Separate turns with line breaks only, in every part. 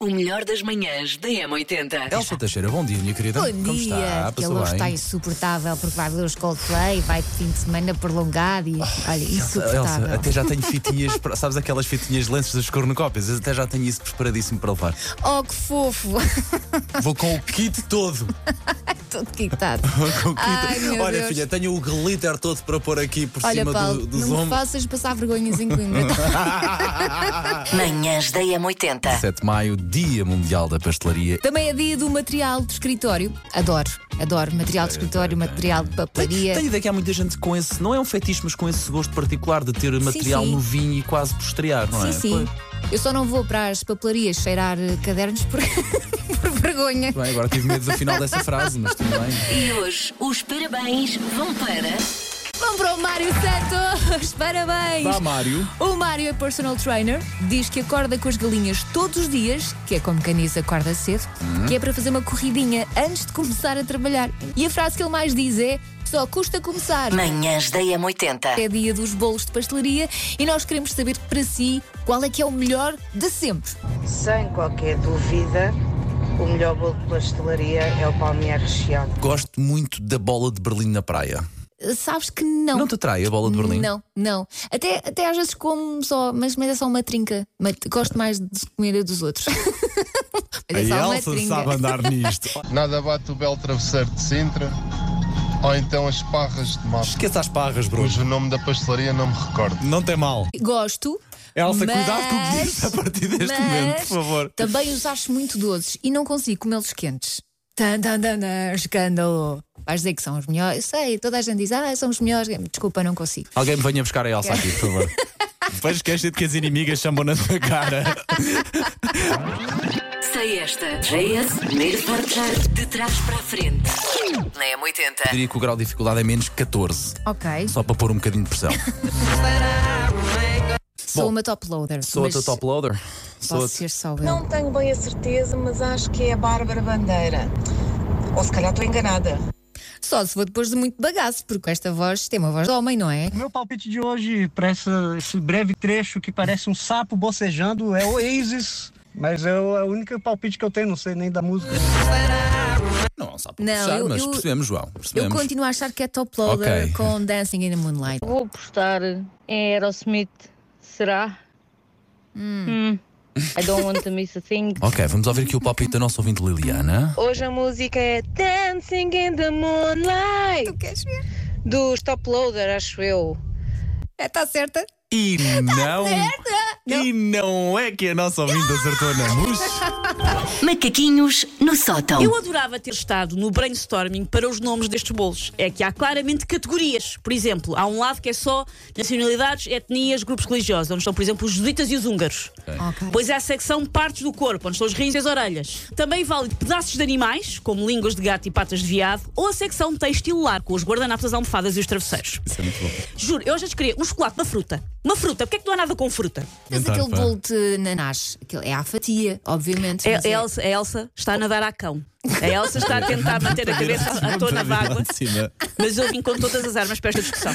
O melhor das manhãs da M80.
Elsa Teixeira, bom dia, minha querida.
Bom
Como
dia!
está?
que
Passou
ele
bem?
está insuportável porque vai ver os Coldplay, vai de fim de semana prolongado e olha,
Elsa,
insuportável.
Elsa, até já tenho fitinhas, para- sabes aquelas fitinhas de lenços das cornucópias? Eu Até já tenho isso preparadíssimo para levar.
Oh, que fofo!
Vou com o kit todo.
Todo quitado.
Vou com o kit.
Ai, meu
Olha,
Deus.
filha, tenho o glitter todo para pôr aqui por
Olha,
cima
Paulo,
do, dos
não me
ombros.
faças passar vergonhas em Então, Coimbra.
Manhãs da M80.
7 de maio, Dia Mundial da Pastelaria.
Também é dia do material de escritório. Adoro, adoro. Material de escritório, material de papelaria.
É, Tenho ideia que há muita gente com esse, não é um fetiche, mas com esse gosto particular de ter material
sim.
novinho e quase postrear, não é?
Sim, sim.
Pois.
Eu só não vou para as papelarias cheirar eh, cadernos por, por vergonha.
Bem, agora tive medo do final dessa frase, mas tudo bem.
E hoje os parabéns vão para.
Vamos para o Mário Santos! Parabéns!
Vá, Mário.
O Mário é personal trainer, diz que acorda com as galinhas todos os dias, que é como quem diz acorda cedo,
Uhum.
que é para fazer uma corridinha antes de começar a trabalhar. E a frase que ele mais diz é: só custa começar.
Manhãs da M80.
É dia dos bolos de pastelaria e nós queremos saber para si qual é que é o melhor de sempre.
Sem qualquer dúvida, o melhor bolo de pastelaria é o palmear recheado.
Gosto muito da bola de Berlim na praia.
Uh, Sabes que não.
Não te atrai a bola de Berlim?
Não, não. Até, até às vezes como só, mas, mas é só uma trinca. Mas Gosto mais de comida dos outros. mas é só uma trinca.
andar nisto.
Nada bate o belo travesseiro de Sintra ou então as parras de mapa.
Esqueça as parras, Bruno.
Cujo nome da pastelaria não me recordo.
Não tem mal.
Gosto.
Elsa,
mas-
cuidado com o que é dizes a partir deste
mas
momento, por favor.
Também os acho muito doces e não consigo comê-los quentes. Tan, tan, tan, tan, escândalo. Vais dizer que são os melhores. Eu sei, toda a gente diz, ah, são os melhores. Desculpa, não consigo.
Alguém me venha buscar a Elsa aqui, por favor. Depois esquece de que as inimigas chamam na tua cara.
Sei esta. JS, primeiro portar de trás para a frente. Na M80.
Diria que o grau de dificuldade é menos 14,
Ok,
só para pôr um bocadinho de pressão.
sou
Bom,
uma top loader.
Sou
mas
a top loader. Sou
Posso
a...
ser só eu.
Não tenho bem a certeza, mas acho que é a Bárbara Bandeira. Ou se calhar estou enganada.
Só se for depois de muito bagaço, porque esta voz tem uma voz de homem, não é?
O meu palpite de hoje para essa- esse breve trecho que parece um sapo bocejando é Oasis. Mas é o é o único palpite que eu tenho, não sei nem da música.
Não, sabe
Não,
puxar,
eu-
mas
eu-
percebemos, João.
Eu
Percebemos.
continuo a achar que é top loader
Ok.
com Dancing in the Moonlight.
Vou apostar em Aerosmith. Será? Hum. I don't want to miss a thing.
Ok, vamos ouvir aqui o palpite da nossa ouvinte Liliana.
Hoje a música é Dancing in the Moonlight,
Queres ver?
dos Top Loader, acho eu.
Está É, tá certa?
E não. E Tá não é que a nossa ouvinte acertou na música.
Macaquinhos no sótão.
Eu adorava ter estado no brainstorming para os nomes destes bolos. É que há claramente categorias. Por exemplo, há um lado que é só nacionalidades, etnias, grupos religiosos, onde estão, por exemplo, os juditas e os húngaros.
Ok.
Pois há a secção partes do corpo, onde estão os rins e as orelhas. Também vale pedaços de animais, como línguas de gato e patas de veado, ou a secção textilar, com os guardanapos, as almofadas e os travesseiros.
Isso é muito bom.
Juro, eu às vezes queria um chocolate, uma fruta. Uma fruta, porque é que não há nada com fruta?
Mas
Tentar,
aquele
pá.
bolo de nanás, aquele é à fatia, obviamente.
É-
mas
A Elsa, a Elsa está a nadar a cão. A Elsa está a tentar manter a cabeça à tona d'água. Mas eu vim com todas as armas para esta discussão.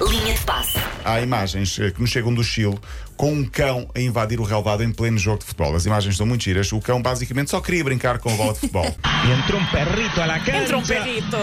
Linha de passe.
há imagens eh, que nos chegam do Chile com um cão a invadir o relvado em pleno jogo de futebol. As imagens são muito giras. O cão basicamente só queria brincar com a bola de futebol.
Entra um perrito à la
Entra um perrito.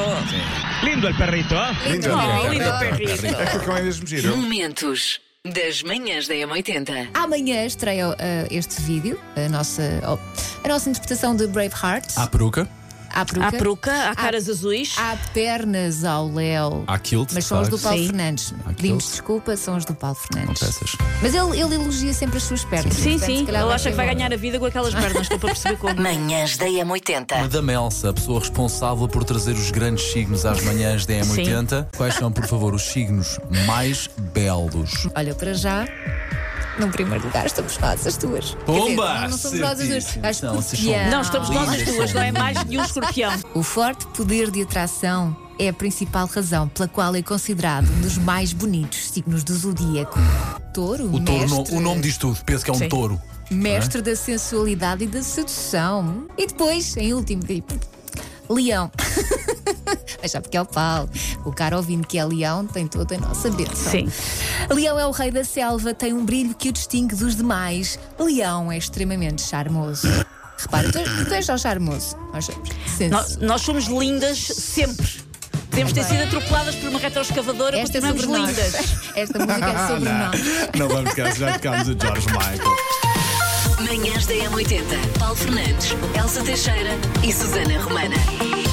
Lindo o perrito, hein?
Lindo,
Oh,
lindo.
lindo perrito.
Aquele cão é mesmo giro.
Momentos das manhãs da M80.
Amanhã estreia eh, este vídeo, a nossa, oh, a nossa interpretação de Braveheart.
À peruca,
Há peruca.
Há peruca, há caras azuis.
Há pernas ao Léo.
à kilt.
Mas são os do
claro.
Paulo
Sim.
Fernandes.
Há
Pedimos
aqueles.
desculpa, são os do Paulo
Não
Fernandes.
peças.
Mas ele, ele elogia sempre as suas pernas.
Sim,
portanto, se
sim.
calhar
Ele acha
ser
que vai
bom.
ganhar a vida com aquelas pernas. Estou para perceber como.
Manhãs da
A
Ah.
M80.
da Melsa, a pessoa responsável por trazer os grandes signos às manhãs da M80. Quais são, por favor, os signos mais belos?
Olha, para já, num primeiro lugar, estamos nós as duas. Quer
Pomba!
dizer, não somos nós as duas.
Certíssimo.
Acho
Não, vocês
que
são-
Não, estamos nós as
Lindas,
duas,
são
não é mais
lindas.
nenhum escorpião.
O forte poder de atração é a principal razão pela qual é considerado um dos mais bonitos signos do zodíaco. Touro,
O, touro,
mestre,
o nome diz tudo, penso que é um
Sim.
touro.
mestre da sensualidade e da sedução. E depois, em último, tipo, leão. Mas sabe que é o Paulo. O caro ouvindo que é leão tem toda a nossa bênção.
Sim.
Leão é o rei da selva, tem um brilho que o distingue dos demais. Leão é extremamente charmoso. Repara, tu, tu és só charmoso. Nós somos. Sim,
Nós, nós somos lindas sempre. Podemos ter sido atropeladas por uma retroescavadora,
Esta é
continuamos
sobre nós.
lindas.
Esta música é
Ah,
sobre nós.
não vamos ficar, já ficámos a George Michael.
Manhãs da M80. Paulo Fernandes, Elsa Teixeira e Susana Romana.